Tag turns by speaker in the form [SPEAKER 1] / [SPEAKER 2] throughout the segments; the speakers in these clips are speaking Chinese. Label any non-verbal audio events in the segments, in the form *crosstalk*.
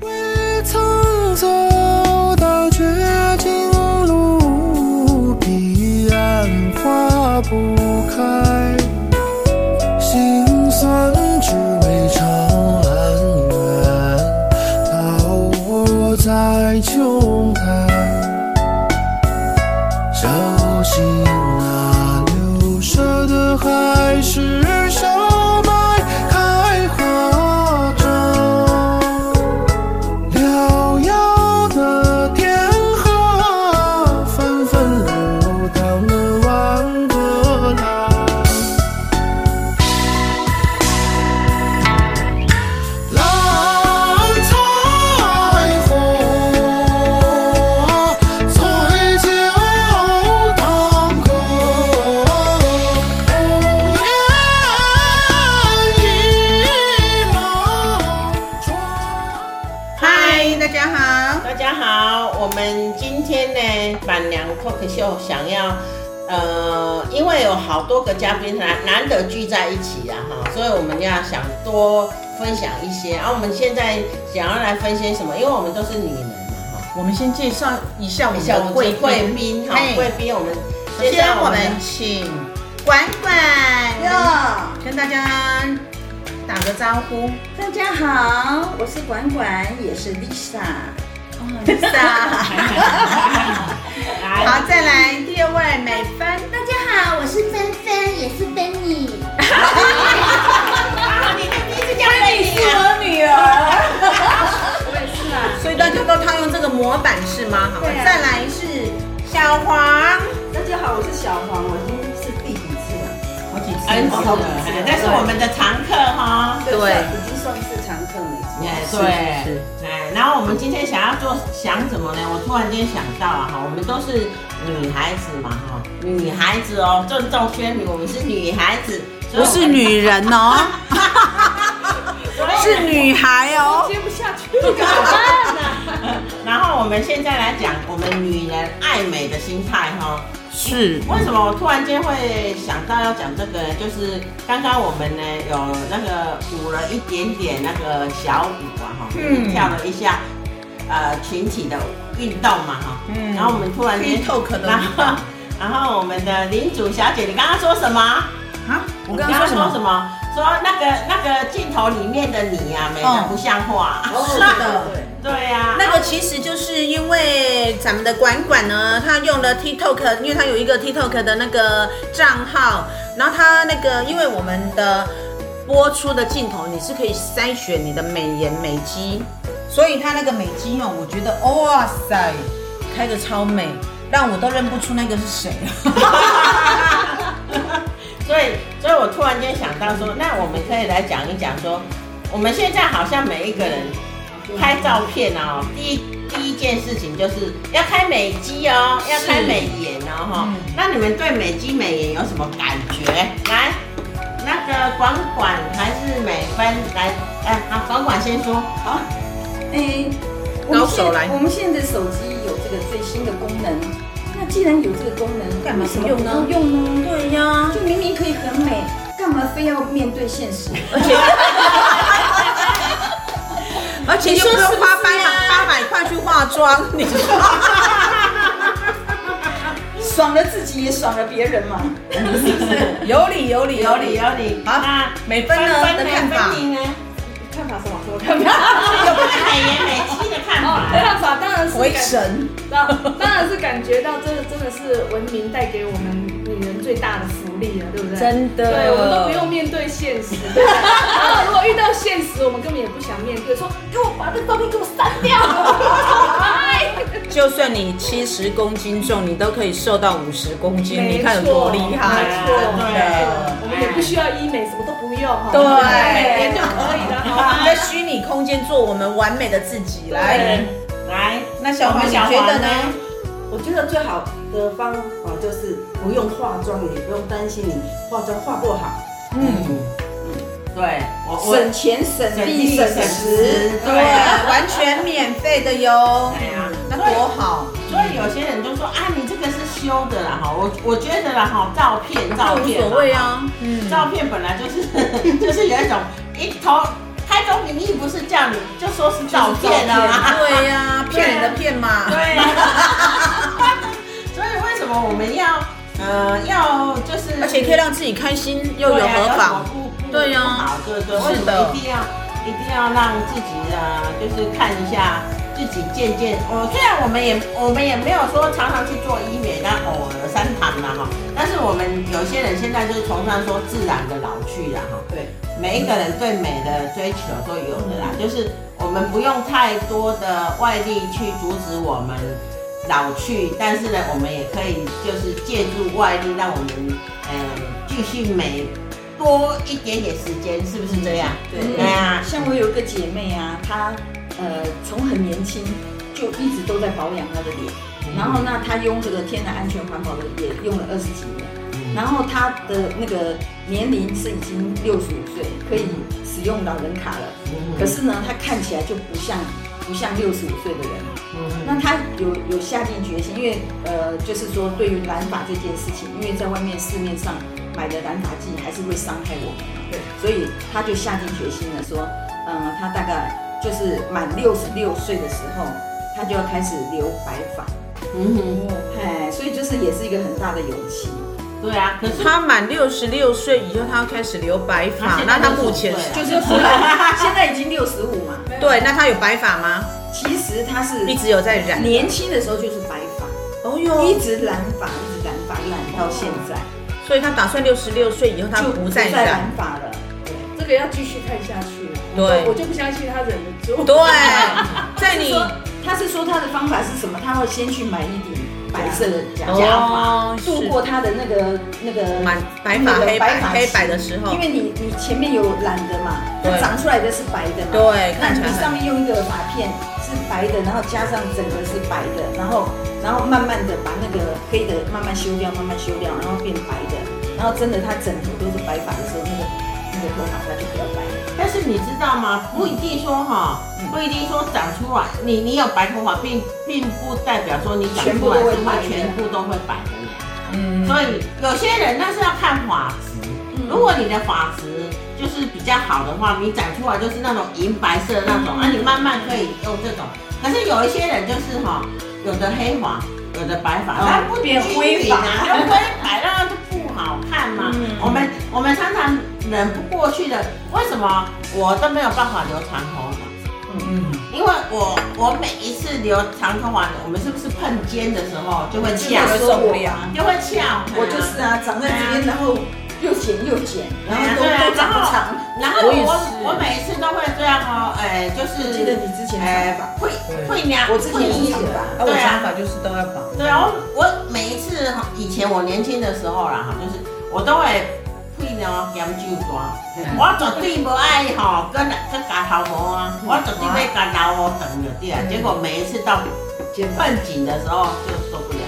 [SPEAKER 1] 未曾走到绝境路，彼岸花不开，心酸只为长安远，倒卧在琼台，小溪那流沙的海是小麦开花着。辽遥的天河，纷纷流淌了万个浪。浪采火，醉酒当歌。红颜一浪船。
[SPEAKER 2] 嗨，大家好。
[SPEAKER 3] 大家好，我们今天呢，板娘 talk show 想要，呃，因为有好多个嘉宾难难得聚在一起啊，哈，所以我们要想多分享一些。啊，我们现在想要来分些什么？因为我们都是女人嘛，哈，
[SPEAKER 2] 我们先介绍一下我们
[SPEAKER 3] 小
[SPEAKER 2] 的贵
[SPEAKER 3] 贵贵宾哈
[SPEAKER 2] 哎，
[SPEAKER 3] 贵宾我们
[SPEAKER 2] 首先我们请管管
[SPEAKER 4] 哟，
[SPEAKER 2] 跟大家打个招呼。
[SPEAKER 4] 大家好，我是
[SPEAKER 2] *laughs*
[SPEAKER 4] 管管，也是 Lisa。
[SPEAKER 2] Lisa
[SPEAKER 3] 来
[SPEAKER 2] 好，再来第二位美芬。
[SPEAKER 5] 大家好，我是芬芬，也是 Benny。
[SPEAKER 2] 哎啊所以大家都套用这个模板是吗？好，
[SPEAKER 4] 对啊
[SPEAKER 2] 再来是小黄。
[SPEAKER 4] 大家好，我是小黄，我已经是第几次了？
[SPEAKER 2] 好几
[SPEAKER 3] 恩慈了，哎那是我们的常客哈。
[SPEAKER 2] 对
[SPEAKER 4] 已经算是常客没错。
[SPEAKER 3] 哎，
[SPEAKER 2] 是
[SPEAKER 3] 对
[SPEAKER 2] 是是，
[SPEAKER 3] 哎，然后我们今天想要做想什么呢？我突然间想到啊，哈，我们都是女孩子嘛，哈，
[SPEAKER 6] 嗯
[SPEAKER 3] 女孩子哦，郑重宣明，我们是女孩子，所以
[SPEAKER 6] 不
[SPEAKER 3] 我们
[SPEAKER 6] 是，女人哦，
[SPEAKER 3] 所以
[SPEAKER 6] 是女孩哦。
[SPEAKER 3] *laughs*
[SPEAKER 4] *laughs*
[SPEAKER 3] 然后我们现在来讲我们女人爱美的心态，哈。
[SPEAKER 6] 是，
[SPEAKER 3] 为什么我突然间会想到要讲这个呢？就是刚刚我们呢有那个舞了一点点那个小舞啊，哈、
[SPEAKER 2] 嗯
[SPEAKER 3] 跳了一下呃群体的运动嘛，哈、
[SPEAKER 2] 嗯
[SPEAKER 3] 然后我们突然间
[SPEAKER 2] Free talk 的运动
[SPEAKER 3] 然后 *laughs* 然后我们的领主小姐，你刚刚说什么？
[SPEAKER 2] 啊，
[SPEAKER 6] 我刚刚说什
[SPEAKER 3] 说什
[SPEAKER 6] 么？
[SPEAKER 3] 么？说那个那个镜头里面的你呀、啊，美
[SPEAKER 6] 哦
[SPEAKER 3] 得不像话。
[SPEAKER 6] 是的，
[SPEAKER 3] *laughs* 对啊呀、
[SPEAKER 2] 那个其实就是因为咱们的管管呢，他用了 TikTok，因为他有一个 TikTok 的那个账号，然后他那个因为我们的播出的镜头，你是可以筛选你的美颜美肌，所以他那个美肌哦，我觉得哇塞，开的超美，让我都认不出那个是谁了。
[SPEAKER 3] 所以，所以我突然间想到说，那我们可以来讲一讲说，我们现在好像每一个人拍照片哦，第一第一件事情就是要开美肌哦，要开美颜哦，哈、
[SPEAKER 2] 嗯
[SPEAKER 3] 那你们对美肌美颜有什么感觉？来，那个管管还是美芬来，哎，好，管管先说。
[SPEAKER 4] 好，哎，我
[SPEAKER 2] 高
[SPEAKER 4] 们
[SPEAKER 2] 手
[SPEAKER 4] 现
[SPEAKER 2] 来
[SPEAKER 4] 我们现在手机有这个最新的功能，那既然有这个功能，
[SPEAKER 2] 干嘛
[SPEAKER 4] 为什么
[SPEAKER 2] 不用
[SPEAKER 4] 不
[SPEAKER 2] 呢
[SPEAKER 4] 用呢？
[SPEAKER 2] 对呀，
[SPEAKER 4] 就明明可以很美，干嘛非要面对现实？
[SPEAKER 2] 而且又不用花八百八百块去化妆，你说
[SPEAKER 4] 爽了自己也爽了别人嘛。
[SPEAKER 2] *laughs* 有理有理
[SPEAKER 3] 有理有理，
[SPEAKER 2] 好
[SPEAKER 3] 那
[SPEAKER 2] 啊美芬呢
[SPEAKER 3] 芬
[SPEAKER 2] 的看法
[SPEAKER 3] 芬妮呢？
[SPEAKER 4] 看法什么？我
[SPEAKER 3] 有没有对美颜美肌的看法？
[SPEAKER 2] 哦
[SPEAKER 7] 看法当然是
[SPEAKER 2] 回
[SPEAKER 7] 感
[SPEAKER 2] 神。
[SPEAKER 7] 到，当然是感觉到这真的是文明带给我们女人最大的福利了，对不对？
[SPEAKER 6] 真的
[SPEAKER 7] 对，我们都不用面对现
[SPEAKER 4] *laughs*
[SPEAKER 7] 实。对然后如果遇到现实，我们根本也不想面对，说给我把这照片给我删掉，哎，
[SPEAKER 6] 就算你七十公斤重，你都可以瘦到五十公斤，
[SPEAKER 7] 没
[SPEAKER 6] 你看有多厉
[SPEAKER 2] 啊
[SPEAKER 6] 害。
[SPEAKER 7] 没错
[SPEAKER 6] 真
[SPEAKER 4] *laughs*
[SPEAKER 6] 的
[SPEAKER 7] 我们也不需要医美，什么都不用哈，哎
[SPEAKER 6] 对
[SPEAKER 7] 美颜就可以了，好
[SPEAKER 2] 我
[SPEAKER 7] 吧？
[SPEAKER 2] 们的虚拟空间做我们完美的自己来。
[SPEAKER 3] 来，
[SPEAKER 2] 那小黄
[SPEAKER 3] 我们
[SPEAKER 2] 你觉得呢？
[SPEAKER 8] 我觉得最好的方法就是不用化妆，也不用担心你化妆化不好，
[SPEAKER 3] 对，我我
[SPEAKER 4] 省钱省力省时。
[SPEAKER 3] 对啊，
[SPEAKER 2] 完全免费的哟
[SPEAKER 3] 对啊，
[SPEAKER 2] 那多好！
[SPEAKER 3] 所以有些人就说啊，你这个是修的啦哈，我我觉得啦哈，照片照
[SPEAKER 2] 无
[SPEAKER 3] 片
[SPEAKER 2] 所谓，啊。
[SPEAKER 3] 照片本来就是 *laughs* 就是有一种一头拍中你，你不是叫你就说是照片啊，
[SPEAKER 2] 对呀，骗人的骗嘛。
[SPEAKER 3] 对啊，所以为什么我们要呃要就是
[SPEAKER 2] 而且可以让自己开心，又
[SPEAKER 3] 啊
[SPEAKER 2] 有何妨？
[SPEAKER 3] 对
[SPEAKER 2] 对
[SPEAKER 3] 呀、
[SPEAKER 2] 呀
[SPEAKER 3] 好，对对，为
[SPEAKER 2] 是
[SPEAKER 3] 什么
[SPEAKER 2] 的
[SPEAKER 3] 一定要一定要让自己啊，就是看一下自己渐渐，我、虽然我们也我们也没有说常常去做医美，但偶尔三堂啦哈，但是我们有些人现在就是崇尚说自然的老去啦哈，
[SPEAKER 9] 对，
[SPEAKER 3] 每一个人对美的追求都有的
[SPEAKER 2] 嗯
[SPEAKER 3] 啦，就是我们不用太多的外力去阻止我们老去，但是呢，我们也可以就是借助外力，让我们嗯继续美多一点点时间，是不是这样？
[SPEAKER 4] 对
[SPEAKER 3] 对啊，
[SPEAKER 4] 像我有一个姐妹啊，她呃从很年轻就一直都在保养她的脸，然后那她用这个天然安全环保的也用了二十几年，然后她的那个年龄是已经六十五岁，可以使用老人卡了，可是呢，她看起来就不像不像六十五岁的人。那她有有下定决心，因为呃，就是说对于染发这件事情，因为在外面市面上买的染发剂还是会伤害我们嘛，对，所以她就下定决心了，说，嗯、呃，她大概就是满六十六岁的时候，她就要开始留白发，
[SPEAKER 3] 嗯哼，
[SPEAKER 4] 哎，所以就是也是一个很大的勇气。
[SPEAKER 3] 对啊，可是
[SPEAKER 2] 他满六十六岁以后，他要开始留白发，那他目前是
[SPEAKER 3] 就
[SPEAKER 4] 就是是说 *laughs* 现在已经六十五嘛，
[SPEAKER 2] 对，那他有白发吗？
[SPEAKER 4] 其实她是
[SPEAKER 2] 一直有在染。
[SPEAKER 4] 年轻的时候就是白发，
[SPEAKER 2] 哦
[SPEAKER 4] 一
[SPEAKER 2] 哟，
[SPEAKER 4] 直染发，一直染发，染到现在。
[SPEAKER 2] 所以他打算六十六岁以后他
[SPEAKER 4] 就
[SPEAKER 2] 不再
[SPEAKER 4] 染
[SPEAKER 2] 染。
[SPEAKER 4] 发了。
[SPEAKER 7] 这个要继续看下去了。
[SPEAKER 2] 对
[SPEAKER 7] 我就不相信他忍得住。
[SPEAKER 2] 对，
[SPEAKER 4] *laughs*
[SPEAKER 2] 在你
[SPEAKER 4] 说他是说他的方法是什么？他会先去买一顶白色的假发，
[SPEAKER 2] 哦，
[SPEAKER 4] 度过他的那个那个
[SPEAKER 2] 满白发
[SPEAKER 4] 那个
[SPEAKER 2] 黑白
[SPEAKER 4] 发
[SPEAKER 2] 黑
[SPEAKER 4] 期
[SPEAKER 2] 白的时候
[SPEAKER 4] 因为你你前面有染的嘛，它
[SPEAKER 2] 对
[SPEAKER 4] 长出来的是白的嘛，
[SPEAKER 2] 对
[SPEAKER 4] 那
[SPEAKER 2] 看起来
[SPEAKER 4] 你
[SPEAKER 2] 很
[SPEAKER 4] 上面用一个发片是白的，然后加上整个是白的，然后然后慢慢的把那个黑的慢慢修掉，慢慢修掉，然后变白的，然后真的它整头都是白发的时候，那个那个头发它就比较白。
[SPEAKER 3] 但是你知道吗？不一定说哈，
[SPEAKER 4] 嗯
[SPEAKER 3] 不一定说长出来，你你有白头发，并并不代表说你长
[SPEAKER 4] 全
[SPEAKER 3] 出
[SPEAKER 4] 部
[SPEAKER 3] 来
[SPEAKER 4] 都
[SPEAKER 3] 是
[SPEAKER 4] 会白
[SPEAKER 3] 会
[SPEAKER 4] 的
[SPEAKER 3] 全部都会白的呢。嗯，所以有些人那是要看发质，如果你的发质就是比较好的话，你长出来就是那种银白色的那种，啊，你慢慢可以用这种。可是有一些人就是哈，有的黑发，有的白发，
[SPEAKER 4] 哦
[SPEAKER 3] 它不均
[SPEAKER 4] 变灰
[SPEAKER 3] 匀
[SPEAKER 4] 发
[SPEAKER 3] 啊，就灰白嗯那就不好看嘛。我们我们常常忍不过去的，为什么我都没有办法留长头发？嗯，因为我我每一次留长头发，我们是不是碰肩的时候嗯就会翘，
[SPEAKER 4] 就是说我啊
[SPEAKER 3] 就会翘？
[SPEAKER 4] 我就是啊，长在这
[SPEAKER 2] 哎
[SPEAKER 4] 边，然后又剪又剪，然后都
[SPEAKER 3] 对啊
[SPEAKER 4] 都长不长。
[SPEAKER 3] 然后
[SPEAKER 2] 我也
[SPEAKER 3] 我
[SPEAKER 2] 是
[SPEAKER 3] 我每一次都会这样哦，哎，就是
[SPEAKER 4] 记得你之前
[SPEAKER 3] 哎
[SPEAKER 4] 长发，
[SPEAKER 3] 会会娘，
[SPEAKER 4] 我之前也是长
[SPEAKER 3] 会
[SPEAKER 4] 发，
[SPEAKER 2] 啊
[SPEAKER 3] 对啊
[SPEAKER 2] 法就是都要绑。
[SPEAKER 3] 对啊，我我每一次哈，以前我年轻的时候啦哈，就是我都会配呢咸酒单，我绝对不爱吼跟跟夹头毛啊，我绝对要夹头毛长就对啊了。结果每一次到
[SPEAKER 4] 剪发
[SPEAKER 3] 绷紧的时候就受不了，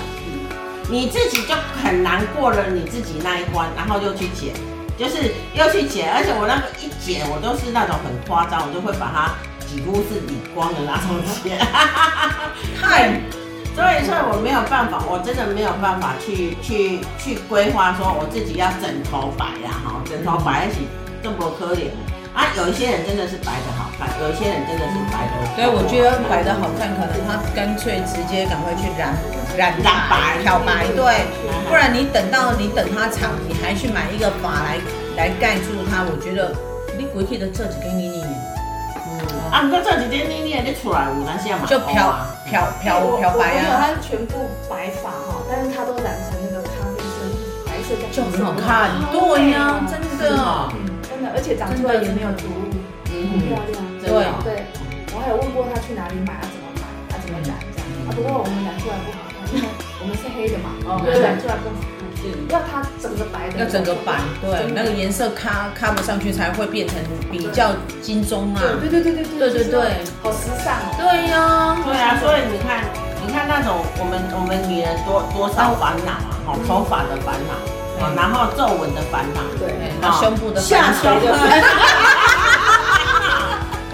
[SPEAKER 3] 你自己就很难过了你自己那一关，然后又去剪，就是又去剪，而且我那个一剪我都是那种很夸张，我就会把它几乎是理光的那种 *laughs* 剪，太。所以，所以我没有办法，我真的没有办法去去去规划说我自己要整头白啦，哈，整头白是这么可怜的啊。有一些人真的是白的好看，有一些人真的是白的。
[SPEAKER 2] 所以我觉得白的好看，可能他干脆直接赶快去染染
[SPEAKER 3] 染白
[SPEAKER 2] 漂白，对，不然你等到你等它长，你还去买一个发来来盖住它，我觉得你鬼气的这几根你你
[SPEAKER 3] 啊，哥这几天你你你出来，我那下嘛
[SPEAKER 2] 就漂
[SPEAKER 3] 哦
[SPEAKER 2] 漂漂漂白
[SPEAKER 7] 我朋
[SPEAKER 2] 啊，
[SPEAKER 7] 友他全部白发哈，但是他都染成那个咖啡色，白色的，
[SPEAKER 2] 就很好看，
[SPEAKER 3] 啊
[SPEAKER 2] 对啊呀、真
[SPEAKER 3] 是
[SPEAKER 2] 的，
[SPEAKER 3] 哦，
[SPEAKER 7] 真的，而且长出来也没有毒物，很
[SPEAKER 3] 嗯，
[SPEAKER 7] 漂亮。
[SPEAKER 3] 真的哦
[SPEAKER 7] 对，我还有问过他去哪里买，他怎么买，他怎么染这样。啊，不过我们染出来不好看，因为我们是黑的嘛，我们染出来不好看。要它整个白的，
[SPEAKER 2] 要整个白，对，那个颜色咖咖不上去才会变成比较金棕啊，
[SPEAKER 7] 对对对对对
[SPEAKER 2] 对对对，
[SPEAKER 7] 好时尚哦。
[SPEAKER 2] 对呀、
[SPEAKER 3] 对啊，所以你看，你看那种我们我们女人多多少烦恼啊，哈，头发的烦恼，啊，然后皱纹的烦恼，
[SPEAKER 7] 对
[SPEAKER 2] 哎那胸部的
[SPEAKER 4] 下垂的烦恼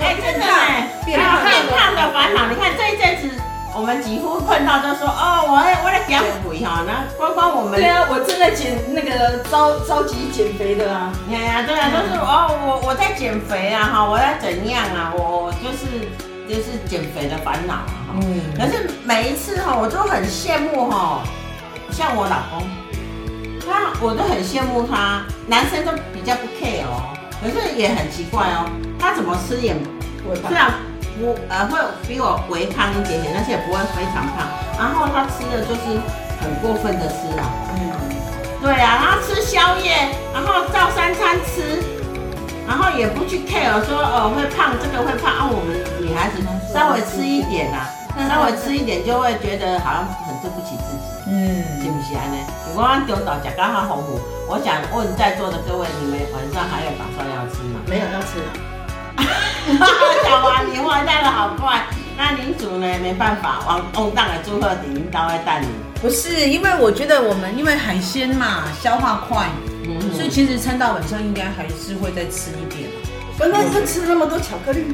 [SPEAKER 3] 哎，真的哎，还有变胖的烦恼。你看这一阵子，我我们几乎碰到都说哦，我我来减肥哈，那光光我们
[SPEAKER 4] 对啊，我正在减那个着着急减肥的啊，
[SPEAKER 3] 哎呀，对啊，都是哦，我我在减肥啊，哈，我在怎样啊，我我就是就是减肥的烦恼啊，哈。
[SPEAKER 4] 嗯
[SPEAKER 3] 可是每一次哈、我都很羡慕哈、像我老公，他我都很羡慕他，男生都比较不 care 哦，可是也很奇怪哦，他怎么吃也
[SPEAKER 9] 我
[SPEAKER 3] 虽然不呃会比我微胖一点点，但是也不会非常胖，然后他吃的就是很过分的吃啊，
[SPEAKER 2] 嗯
[SPEAKER 3] 对啊，然后吃宵夜，然后照三餐吃，然后也不去 care 说哦会胖这个会胖啊，我们女孩子稍微吃一点啊，稍微吃一点就会觉得好像很对不起自己，
[SPEAKER 6] 嗯，
[SPEAKER 3] 是不是啊？呢？如果我丢到假刚好红虎，我想问在座的各位，你们晚上还有打算要吃吗？
[SPEAKER 9] 没有要吃，
[SPEAKER 3] *laughs* 讲完你换代的好快，那领主呢？没办法，往动荡的祝贺顶领导会带你。
[SPEAKER 2] 不是，因为我觉得我们因为海鲜嘛，消化快，
[SPEAKER 3] 嗯
[SPEAKER 2] 所以其实撑到晚上应该还是会再吃一点。
[SPEAKER 9] 本来就吃那么多巧克力，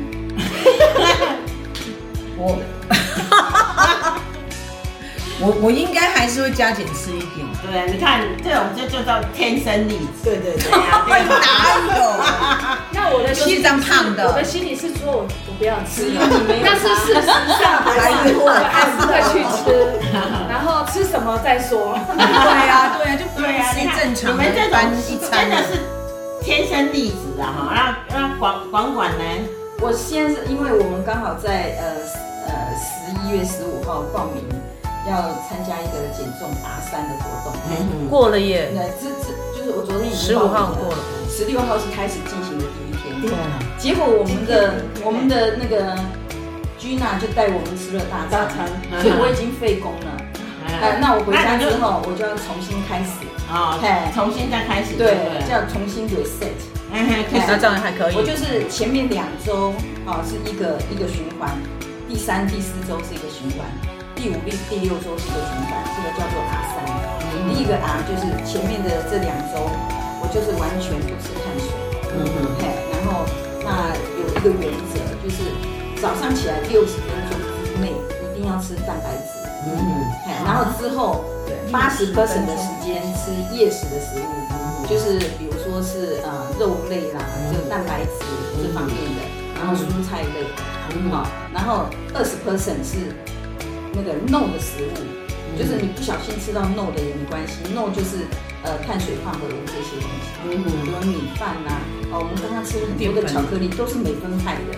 [SPEAKER 2] 我， *laughs* 我我应该还是会加减吃一点。
[SPEAKER 3] 对，啊你看这种就就叫天生丽质。
[SPEAKER 9] 对对对。
[SPEAKER 3] 对啊对啊
[SPEAKER 2] 哎哪有？
[SPEAKER 7] 那我的
[SPEAKER 2] 就是
[SPEAKER 7] 心里
[SPEAKER 2] 这样胖的
[SPEAKER 7] 我的心里是说我我不要吃了，
[SPEAKER 4] 没有
[SPEAKER 7] 但是事实上还是会还是会去吃，然后吃什么再说。
[SPEAKER 2] 对呀，对呀，就不
[SPEAKER 3] 对啊，你
[SPEAKER 2] 吃
[SPEAKER 3] 看
[SPEAKER 2] 正常
[SPEAKER 3] 你们这
[SPEAKER 2] 的
[SPEAKER 3] 种
[SPEAKER 2] 班一
[SPEAKER 3] 真
[SPEAKER 2] 餐
[SPEAKER 3] 的
[SPEAKER 2] 了。
[SPEAKER 3] 是天生丽质啊！哈，那那管管管呢？
[SPEAKER 4] 我现在是因为我们刚好在呃呃十一月十五号报名要参加一个减重爬山的活动，
[SPEAKER 3] 嗯，
[SPEAKER 6] 过了耶，
[SPEAKER 4] 那这这就是我昨天已经
[SPEAKER 6] 十五号过了，
[SPEAKER 4] 十六号是开始进行的第一天，结果我们的我们的那个 Gina 就带我们吃了大
[SPEAKER 3] 大
[SPEAKER 4] 餐，
[SPEAKER 3] 餐，
[SPEAKER 4] 所以我已经废工了。那那我回家之后，我就要重新开始，
[SPEAKER 3] 啊，
[SPEAKER 4] 哎
[SPEAKER 3] 从现在开始，
[SPEAKER 4] 对，
[SPEAKER 3] 不
[SPEAKER 4] 就要重新 reset。
[SPEAKER 3] 嗯哼，可是
[SPEAKER 4] 哎
[SPEAKER 6] 那这样还可以
[SPEAKER 4] 我。就是前面两周啊是一个一个循环，第三、第四周是一个循环，第五、第第六周是一个循环，这个叫做 R 三。第一个 R 就是前面的这两周，我就是完全不吃碳水，
[SPEAKER 3] 嗯哼，
[SPEAKER 4] 嘿，然后那有一个原则就是早上起来六十分钟之内一定要吃蛋白质，
[SPEAKER 3] 嗯哼。
[SPEAKER 4] 嘿，然后之后八十 percent 的时间吃夜食的食物。就是比如说是呃肉类啦，就蛋白质这方面的，然后蔬菜类，好，然后二十 percent 是那个 no 的食物，
[SPEAKER 7] 嗯
[SPEAKER 4] 就是你不小心吃到 no 的也没关系，no 就是呃碳水化合物这些东西，
[SPEAKER 7] 嗯
[SPEAKER 4] 比如说米饭呐，哦，我们刚刚吃了很多的巧克力都是美分派
[SPEAKER 7] *laughs*
[SPEAKER 4] 的，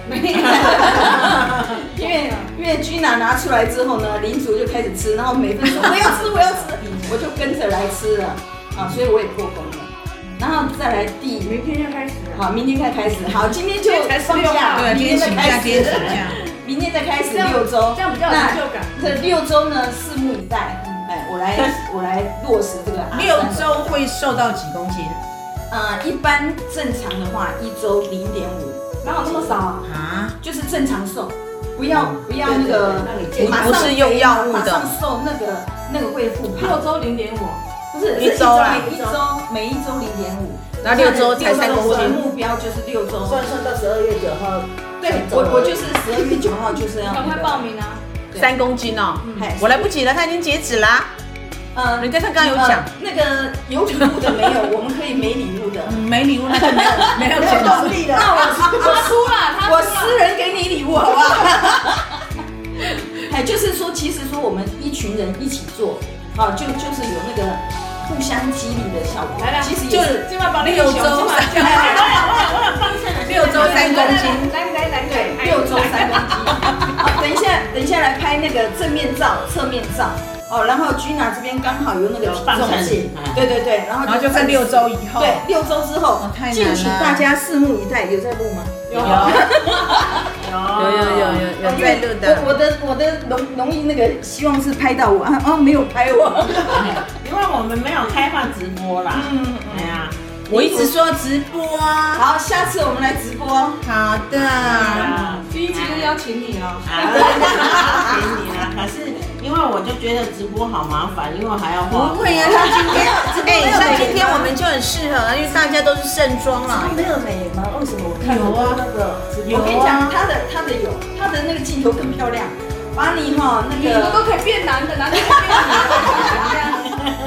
[SPEAKER 4] 因为
[SPEAKER 7] 啊
[SPEAKER 4] 因为 Gina 拿出来之后呢，林竹就开始吃，然后美分说我要吃我要吃，
[SPEAKER 7] 嗯
[SPEAKER 4] 我就跟着来吃了。啊，所以我也破功了。然后再来第，
[SPEAKER 7] 明天就开始了，
[SPEAKER 4] 好，明天再开始，好，今天就
[SPEAKER 7] 今天才十
[SPEAKER 4] 放
[SPEAKER 7] 六
[SPEAKER 4] 假，
[SPEAKER 7] 号
[SPEAKER 2] 对，
[SPEAKER 4] 明
[SPEAKER 2] 今天
[SPEAKER 4] 天再
[SPEAKER 2] 请假，
[SPEAKER 4] 开
[SPEAKER 2] 今天请
[SPEAKER 4] 始，
[SPEAKER 2] 假。
[SPEAKER 4] 明天再开始六周，
[SPEAKER 7] 这样比较有成就感。
[SPEAKER 4] 那这六周呢，拭目以待。哎，我来，
[SPEAKER 7] *laughs*
[SPEAKER 4] 我来落实这个啊阿三
[SPEAKER 2] 六周会瘦到几公斤
[SPEAKER 4] 呃，一般正常的话，一周零点五，
[SPEAKER 7] 哪有那么少啊？嗯
[SPEAKER 2] 啊？
[SPEAKER 4] 就是正常瘦，不要不要那个，
[SPEAKER 9] 让你
[SPEAKER 4] 马上
[SPEAKER 6] 不是用药物的
[SPEAKER 4] 马上瘦那个那个会复胖
[SPEAKER 7] 六，周零点五，
[SPEAKER 4] 不是
[SPEAKER 6] 一周啊
[SPEAKER 4] 每一周每一周零点五，
[SPEAKER 6] 然后六周才
[SPEAKER 4] 六
[SPEAKER 6] 三公
[SPEAKER 4] 我的
[SPEAKER 6] 斤，
[SPEAKER 4] 目标就是六周，
[SPEAKER 9] 算算到十二月九号，
[SPEAKER 4] 对我我就是十二月九号就是要
[SPEAKER 7] 赶快报，名啊！
[SPEAKER 6] 三公斤哦，
[SPEAKER 4] 嗨
[SPEAKER 6] 我来不及了，它已经截止啦。
[SPEAKER 4] 呃
[SPEAKER 6] 人家他刚刚有讲
[SPEAKER 4] 呃，那个有礼物的没 *laughs* 有，我们可以没礼物的。
[SPEAKER 2] 嗯，没礼物那就没有没有减
[SPEAKER 9] 动
[SPEAKER 2] 脂。
[SPEAKER 9] 力了。
[SPEAKER 4] 那我
[SPEAKER 7] 他输了，他
[SPEAKER 4] 我私人给你礼物好不好？ *laughs* 哎，就是说，其实说我们一群人一起做，啊，就就是有那个互相激励的效果。
[SPEAKER 7] 来来，
[SPEAKER 4] 其实
[SPEAKER 7] 就
[SPEAKER 4] 就是是
[SPEAKER 7] 今晚把
[SPEAKER 2] 六周
[SPEAKER 7] 来来来
[SPEAKER 2] 六周三公斤，
[SPEAKER 7] 来来来来，
[SPEAKER 4] 六周三公斤。 *laughs* 好，哦等一下，等一下来拍那个正面照、侧面照。哦，然后 Gina 这边刚好有那个体
[SPEAKER 3] 放
[SPEAKER 4] 重
[SPEAKER 3] 秤
[SPEAKER 4] 计
[SPEAKER 3] 哎，
[SPEAKER 4] 对对对，然后
[SPEAKER 2] 然后就看
[SPEAKER 4] 看
[SPEAKER 2] 六周以后。
[SPEAKER 4] 对，六周之后
[SPEAKER 2] 哦太难，了
[SPEAKER 4] 敬请大家拭目以待。有在录吗？
[SPEAKER 7] 有
[SPEAKER 3] *laughs*
[SPEAKER 6] 有有有有有在录
[SPEAKER 4] 我
[SPEAKER 6] 的，
[SPEAKER 4] 我的我的容容易那个，希望是拍到我啊啊，没有拍我。
[SPEAKER 3] 因为我们没有开放直播啦，
[SPEAKER 4] 嗯，
[SPEAKER 3] 哎呀，
[SPEAKER 2] 我一直说直播啊。
[SPEAKER 4] 好，下次我们来直播。
[SPEAKER 2] 好的，
[SPEAKER 3] 啊
[SPEAKER 7] 第一集就邀请你哦。
[SPEAKER 3] 啊，对对给你啦。 *laughs* 可是因为我就觉得直播好麻烦，因为我还要
[SPEAKER 2] 不
[SPEAKER 3] 化妆。
[SPEAKER 2] 会啊，像今天，
[SPEAKER 4] *laughs*
[SPEAKER 2] 哎，像今天我们就很适合，因为大家都是盛装了。
[SPEAKER 9] 没有美吗？为什么我看有啊那个直播
[SPEAKER 4] 我跟你讲，他的他的有，他的那个镜头更漂亮。把你哈那
[SPEAKER 7] 女的
[SPEAKER 4] 个
[SPEAKER 7] 都可以变男的，男的可以变女的，这样。
[SPEAKER 3] *laughs*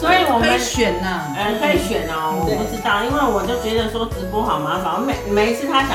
[SPEAKER 3] 所以我
[SPEAKER 2] 可以
[SPEAKER 3] 们
[SPEAKER 2] 选呐、
[SPEAKER 3] 嗯，可以选哦，我不知道，因为我就觉得说直播好麻烦，我每每一次他想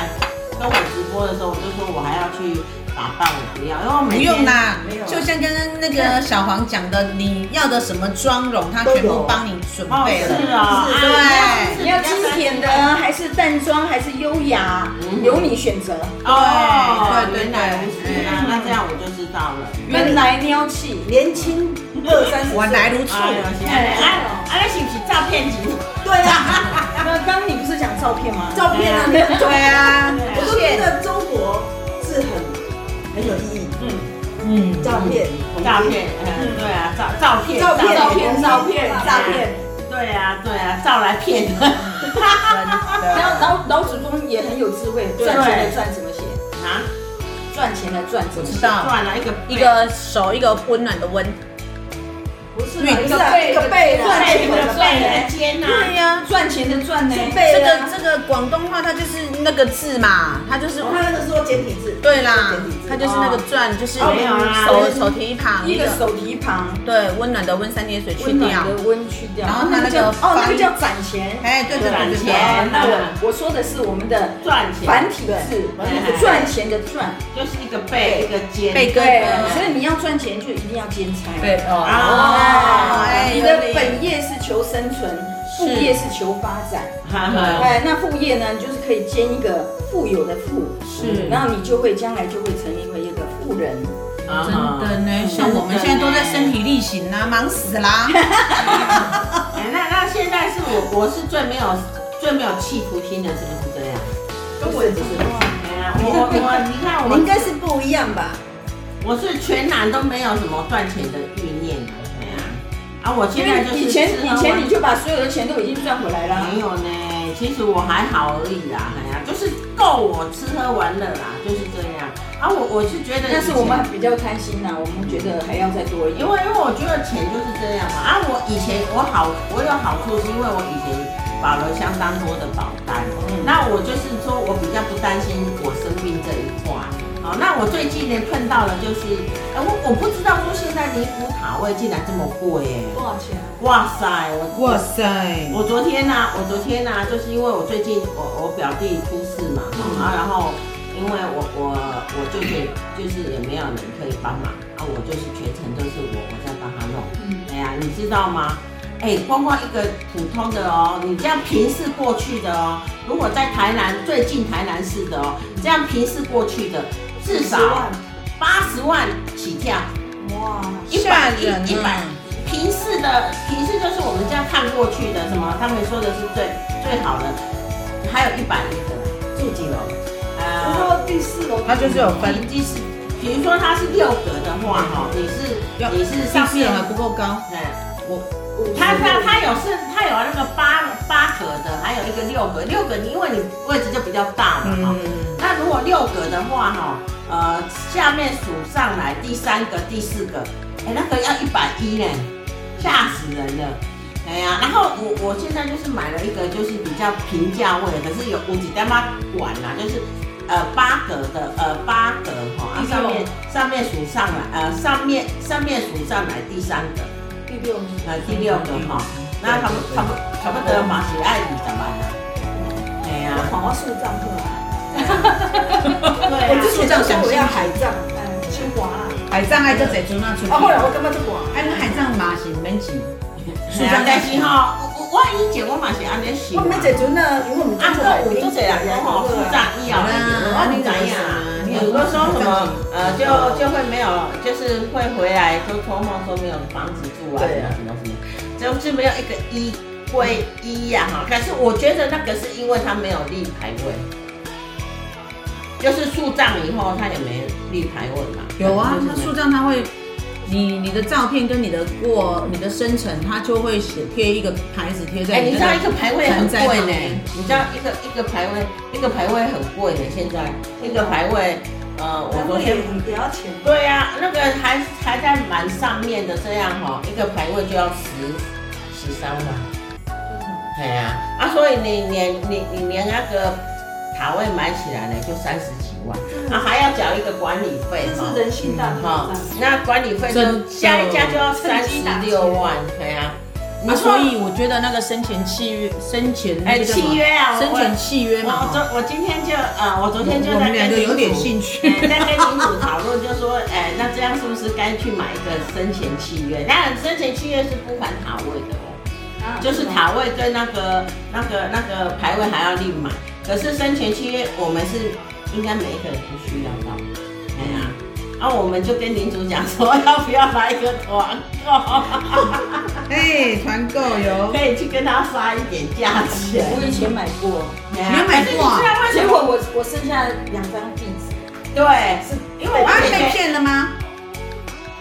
[SPEAKER 3] 跟我直播的时候，我就说我还要去打扮，我不要，因为我每
[SPEAKER 2] 不
[SPEAKER 3] 天
[SPEAKER 2] 用啦
[SPEAKER 9] 没有，啊
[SPEAKER 2] 就像刚刚那个小黄讲的，你要的什么妆容，他全
[SPEAKER 9] 都
[SPEAKER 2] 部
[SPEAKER 9] 有
[SPEAKER 2] 帮你准
[SPEAKER 3] 哦，
[SPEAKER 2] 备了。
[SPEAKER 3] 是啊，
[SPEAKER 9] 是
[SPEAKER 2] 对
[SPEAKER 4] 你要清甜的，还是淡妆，还是优雅，由你选择。
[SPEAKER 3] 哦，
[SPEAKER 2] 对对对
[SPEAKER 3] 原来如此啊，那这样我就知道了。
[SPEAKER 4] 原来撩起，
[SPEAKER 9] 年轻二三十岁，
[SPEAKER 2] 往来如初，
[SPEAKER 3] 哎呦，现在哎，哎，那是不是诈骗集团？
[SPEAKER 9] 对啊，
[SPEAKER 4] 那刚刚你不是讲照片吗？
[SPEAKER 9] 照
[SPEAKER 4] *laughs*
[SPEAKER 9] 片啊，
[SPEAKER 2] 对啊，
[SPEAKER 9] 我都觉得中国是很很有意义，
[SPEAKER 2] 嗯，
[SPEAKER 9] 照片，
[SPEAKER 3] 诈骗，嗯，对啊，照照片，
[SPEAKER 9] 照片
[SPEAKER 4] 照片，照片，照片。
[SPEAKER 3] 对啊，对啊，照来骗的。
[SPEAKER 2] 真的
[SPEAKER 4] 然后老老祖宗也很有智慧，赚钱来赚怎么写？
[SPEAKER 3] 啊，
[SPEAKER 4] 赚钱来赚怎
[SPEAKER 2] 不
[SPEAKER 4] 么写
[SPEAKER 2] 知？道
[SPEAKER 3] 赚了一个
[SPEAKER 2] 一个手一个温暖的温，
[SPEAKER 9] 不是
[SPEAKER 2] 运
[SPEAKER 9] 啦
[SPEAKER 2] 动
[SPEAKER 9] 一个
[SPEAKER 7] 啊
[SPEAKER 9] 背一个背啦
[SPEAKER 4] 赚
[SPEAKER 3] 背
[SPEAKER 4] 钱
[SPEAKER 3] 一个
[SPEAKER 4] 的赚
[SPEAKER 3] 背的
[SPEAKER 4] 呢？
[SPEAKER 3] 肩呐，
[SPEAKER 2] 对呀、
[SPEAKER 4] 赚钱的赚呢？
[SPEAKER 2] 这
[SPEAKER 4] 啊
[SPEAKER 2] 个这个广东话它就是那个字嘛，它就是
[SPEAKER 9] 哦他那个说简体字，
[SPEAKER 2] 对啦
[SPEAKER 9] 简体，字
[SPEAKER 2] 它就是那个转，就是
[SPEAKER 3] 哦没有啦
[SPEAKER 2] 手手提旁
[SPEAKER 4] 一个手提旁，
[SPEAKER 2] 对温暖的温三点水去
[SPEAKER 4] 温
[SPEAKER 2] 掉
[SPEAKER 4] 暖，的温去掉，
[SPEAKER 2] 然后它那个
[SPEAKER 4] 叫哦，那
[SPEAKER 2] 翻
[SPEAKER 4] 个叫攒钱。
[SPEAKER 2] 哎，对对对
[SPEAKER 3] 赚
[SPEAKER 2] 对
[SPEAKER 3] 钱
[SPEAKER 2] 对，
[SPEAKER 4] 哦，那我我说的是我们的
[SPEAKER 3] 赚钱，
[SPEAKER 4] 繁体字
[SPEAKER 3] 对，
[SPEAKER 4] 赚钱的赚。
[SPEAKER 3] 就是一个背一个肩，
[SPEAKER 2] 被割
[SPEAKER 4] 对，
[SPEAKER 2] 的
[SPEAKER 4] 所以你要赚钱就一定要兼差。
[SPEAKER 2] 对哦，
[SPEAKER 3] 啊，
[SPEAKER 2] 哎
[SPEAKER 4] 哎，你的
[SPEAKER 2] 有理
[SPEAKER 4] 本业是求生存，副业是求发展。
[SPEAKER 3] 哈哈，
[SPEAKER 4] 哎，那副业呢，就是可以兼一个富有的富，
[SPEAKER 2] 是
[SPEAKER 4] 然后你就会将来就会成为一个富人。
[SPEAKER 3] 啊
[SPEAKER 2] 真的呢，像我们现在都在身体力行啦，忙死啦，
[SPEAKER 3] 哎，那那现在是我我是最没有最没有企图心的，是不是这样？
[SPEAKER 9] 跟我也不是，
[SPEAKER 3] 哎呀，我我我，你看
[SPEAKER 9] 你
[SPEAKER 3] 我
[SPEAKER 9] 应该是不一样吧？
[SPEAKER 3] 我是全然都没有什么赚钱的欲念的，哎呀，啊，我
[SPEAKER 4] 因
[SPEAKER 3] 现在
[SPEAKER 4] 为
[SPEAKER 3] 就是啊
[SPEAKER 4] 以前
[SPEAKER 3] 吃喝
[SPEAKER 4] 以前
[SPEAKER 3] 玩
[SPEAKER 4] 你就把所有的钱都已经赚回来了。
[SPEAKER 3] 没有呢，其实我还好而已啦，哎呀，就是够我吃喝玩乐啦，就是这样。啊，我我是觉得以前，
[SPEAKER 4] 但是我们比较贪心呐、我们觉得还要再多一
[SPEAKER 3] 因
[SPEAKER 4] 点。
[SPEAKER 3] 为因为我觉得钱就是这样嘛。啊，我以前我好，我有好处是因为我以前保了相当多的保单，那我就是说我比较不担心我生病这一块。好，那我最近呢碰到了就是，哎、我我不知道说现在尼古塔位竟然这么贵耶、
[SPEAKER 4] 多少钱、啊？
[SPEAKER 3] 哇塞，我
[SPEAKER 2] 哇塞，
[SPEAKER 3] 我昨天呢、啊我昨天呢、就是因为我最近我我表弟出事嘛，啊，然后因为我我我舅舅就是也没有人可以帮忙啊，我就是全程都是我我在帮他弄，哎呀，你知道吗？哎，光光一个普通的哦，你这样平视过去的哦，如果在台南最近台南市的哦，这样平视过去的至少八十万起跳，
[SPEAKER 4] 哇，
[SPEAKER 3] 一
[SPEAKER 2] 吓
[SPEAKER 3] 百
[SPEAKER 2] 人
[SPEAKER 3] 一一百
[SPEAKER 2] 啊
[SPEAKER 3] 平视的平视就是我们这样看过去的，什么他们说的是最最好的，还有一百一的
[SPEAKER 9] 住几楼？不
[SPEAKER 3] 呃，
[SPEAKER 9] 过第四楼，
[SPEAKER 2] 它就是有分，
[SPEAKER 3] 平均是，比如说它是六格的话，哈，你是
[SPEAKER 2] 要
[SPEAKER 3] 你是
[SPEAKER 2] 上
[SPEAKER 3] 上
[SPEAKER 2] 面
[SPEAKER 3] 面，
[SPEAKER 2] 还不够高，
[SPEAKER 3] 嗯，
[SPEAKER 9] 五十
[SPEAKER 3] 它它它有是它有那个八八格的，还有一个六格，六格你因为你位置就比较大嘛，哈、
[SPEAKER 2] 嗯，
[SPEAKER 3] 那如果六格的话，哈，呃，下面数上来第三个、第四个，哎、那个要一百一呢，吓死人了。哎呀，然后我我现在就是买了一个就是比较平价位，可是有五几单妈管啦，就是呃八格的呃八格哈，啊上面上面数上来呃上面上面数上来第三个，
[SPEAKER 4] 第六名。
[SPEAKER 3] 呃第六个哈，那差不差不差不多嘛是爱二十万啦。
[SPEAKER 9] 嗯
[SPEAKER 3] 哎呀，
[SPEAKER 4] 华数账户啊，
[SPEAKER 3] 对
[SPEAKER 9] 我
[SPEAKER 3] 啊。
[SPEAKER 9] 之前就说我要海葬，
[SPEAKER 4] 嗯，清华啊，
[SPEAKER 2] 海葬爱就在做那出
[SPEAKER 3] 哦
[SPEAKER 9] 啊，后来
[SPEAKER 2] 去，
[SPEAKER 9] 我干嘛就管？
[SPEAKER 2] 哎，那海葬嘛是免钱，
[SPEAKER 3] 是啊，但是吼，我我我以前我嘛是安尼想
[SPEAKER 9] 我们解决呢，因为我们
[SPEAKER 3] 啊，个有做侪人讲吼，哦负
[SPEAKER 9] 对
[SPEAKER 3] 债以后，我你知影啊。有个说什么呃，就就会没有，就是会回来都托梦说没有房子住啊，什么什么什么，就是没有一个衣柜衣呀哈。可是我觉得那个是因为他没有立牌位，就是树葬以后他也没立牌位嘛。
[SPEAKER 2] 有啊，
[SPEAKER 3] 就是
[SPEAKER 2] 它
[SPEAKER 3] 没
[SPEAKER 2] 树葬它会，你你的照片跟你的过你的生辰，它就会写贴一个牌子贴在
[SPEAKER 3] 哎，你
[SPEAKER 2] 你
[SPEAKER 3] 知道
[SPEAKER 2] 那
[SPEAKER 3] 一
[SPEAKER 2] 个
[SPEAKER 3] 个牌位很贵
[SPEAKER 2] 盆栽旁
[SPEAKER 3] 呢
[SPEAKER 2] 边？
[SPEAKER 3] 你知道一个一个牌位，一个牌位很贵的。现在一个牌位，呃，我昨天
[SPEAKER 9] 也要钱，
[SPEAKER 3] 对呀、那个还还在蛮上面的这样哈、一个牌位就要十十三万。对呀、啊，所以你连你你连那个卡位买起来呢就三十几万，啊还要缴一个管理费
[SPEAKER 9] 这
[SPEAKER 3] 哈
[SPEAKER 9] 是。人性大
[SPEAKER 3] 哈
[SPEAKER 9] 挑战。，
[SPEAKER 3] 那管理费
[SPEAKER 6] 真
[SPEAKER 3] 就
[SPEAKER 6] 的
[SPEAKER 3] 下一家就要三十六万，对啊。
[SPEAKER 6] 啊，所以我觉得那个生前契约，生前那
[SPEAKER 3] 哎
[SPEAKER 6] 个叫什么
[SPEAKER 3] 契约啊
[SPEAKER 6] 生
[SPEAKER 3] 我
[SPEAKER 6] 前契约
[SPEAKER 3] 我
[SPEAKER 6] 嘛，
[SPEAKER 2] 哦
[SPEAKER 3] 昨
[SPEAKER 6] 哈
[SPEAKER 3] 我今天就呃，我昨天就
[SPEAKER 6] 我
[SPEAKER 3] 在
[SPEAKER 6] 们两个
[SPEAKER 3] 跟你哎
[SPEAKER 6] 有点兴趣。
[SPEAKER 3] 在跟领主讨论，就说，哎，那这样是不是该去买一个生前契约？当然，生前契约是不含塔位的哦，就是塔位跟那个、那个、那个牌位还要另买。可是生前契约，我们是应该每一个人都需要到。哎呀，那、我们就跟领主讲说，要不要来一个团
[SPEAKER 6] *laughs*
[SPEAKER 3] 购，
[SPEAKER 2] 哎，团购有，
[SPEAKER 3] 可以去跟他发一点价钱。哎
[SPEAKER 4] 我以前买过，
[SPEAKER 3] 你
[SPEAKER 2] 你有买过啊
[SPEAKER 3] 为什
[SPEAKER 4] 结
[SPEAKER 3] 么？
[SPEAKER 4] 果我我剩下两张壁纸，
[SPEAKER 3] 对，是因为我
[SPEAKER 2] 啊，你
[SPEAKER 3] 姐姐
[SPEAKER 2] 被骗了吗？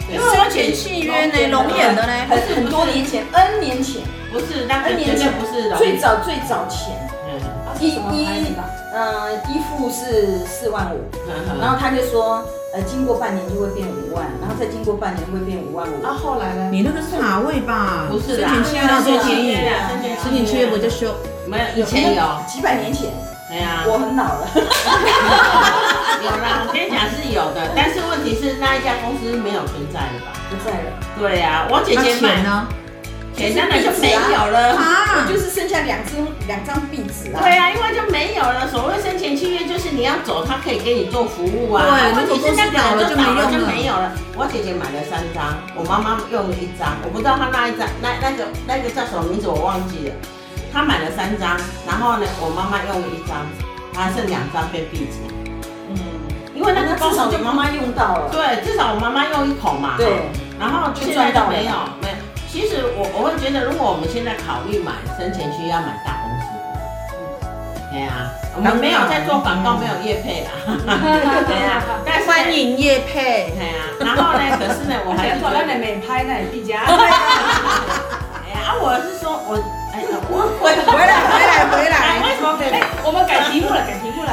[SPEAKER 3] 因为我姐
[SPEAKER 6] 前契约
[SPEAKER 2] 哦
[SPEAKER 6] 呢，龙眼的呢，
[SPEAKER 4] 很很多年前，N 年前，
[SPEAKER 3] 不是那个
[SPEAKER 4] N
[SPEAKER 3] 绝
[SPEAKER 4] 年
[SPEAKER 3] 对
[SPEAKER 4] 前
[SPEAKER 3] 不是龙
[SPEAKER 4] 最早最早前，
[SPEAKER 3] 嗯
[SPEAKER 7] 啊是什么牌子的？
[SPEAKER 4] 呃，一副是四万五，
[SPEAKER 3] 嗯
[SPEAKER 4] 然后他就说，呃，经过半年就会变五万，然后再经过半年会变五万五。
[SPEAKER 7] 啊，后来呢？
[SPEAKER 2] 你那个是塔位吧？
[SPEAKER 3] 不是
[SPEAKER 2] 生
[SPEAKER 3] 啦
[SPEAKER 2] 前契约那时候便宜，
[SPEAKER 3] 十
[SPEAKER 2] 生前契约不就修？
[SPEAKER 3] 啊没有以前有，
[SPEAKER 4] 几百年前，
[SPEAKER 3] 哎呀，
[SPEAKER 4] 嗯我很老了。
[SPEAKER 3] *laughs* 有啦，我跟你讲是有的，但是问题是那一家公司没有存在了吧？
[SPEAKER 4] 不在了，
[SPEAKER 3] 对呀、我姐
[SPEAKER 2] 那
[SPEAKER 3] 姐
[SPEAKER 2] 钱
[SPEAKER 3] 买，
[SPEAKER 2] 呢？
[SPEAKER 3] 钱当然就没有了。
[SPEAKER 2] 啊，
[SPEAKER 4] 就是剩下两张两张壁纸啊。
[SPEAKER 3] 对呀、因为就没有了。所谓生前契约，就是你要走，他可以给你做服务啊。
[SPEAKER 2] 对
[SPEAKER 3] 问题是那个人
[SPEAKER 2] 如果公司倒了就
[SPEAKER 3] 就倒了
[SPEAKER 2] 没用
[SPEAKER 3] 就
[SPEAKER 2] 了
[SPEAKER 3] 没有了。我姐姐买了三张，我妈妈用了一张，我不知道她那一张那那个那个叫什么名字我忘记了。她买了三张，然后呢，我妈妈用了一张，还剩两张被闭起来。
[SPEAKER 4] 嗯，
[SPEAKER 3] 因为那个
[SPEAKER 4] 那
[SPEAKER 3] 公
[SPEAKER 4] 至少
[SPEAKER 3] 司就
[SPEAKER 4] 我妈妈用到了。
[SPEAKER 3] 对，至少我妈妈用一口嘛。
[SPEAKER 4] 对，
[SPEAKER 3] 然后就现在就没有没有。其实我我会觉得，如果我们现在考虑买生前需要买大公司的，对呀、我们没有在做广告，没有业配啦， *laughs* 对呀、但是
[SPEAKER 2] 欢迎叶佩，
[SPEAKER 3] 对呀、然后呢，可是呢，我还是觉得，哎
[SPEAKER 7] 美拍那壁家，
[SPEAKER 3] 呀，啊我是说我哎我我
[SPEAKER 2] 回来回来回
[SPEAKER 3] 哎
[SPEAKER 2] 来，
[SPEAKER 3] 为什么可以？
[SPEAKER 7] 我们改题目了，改题目了。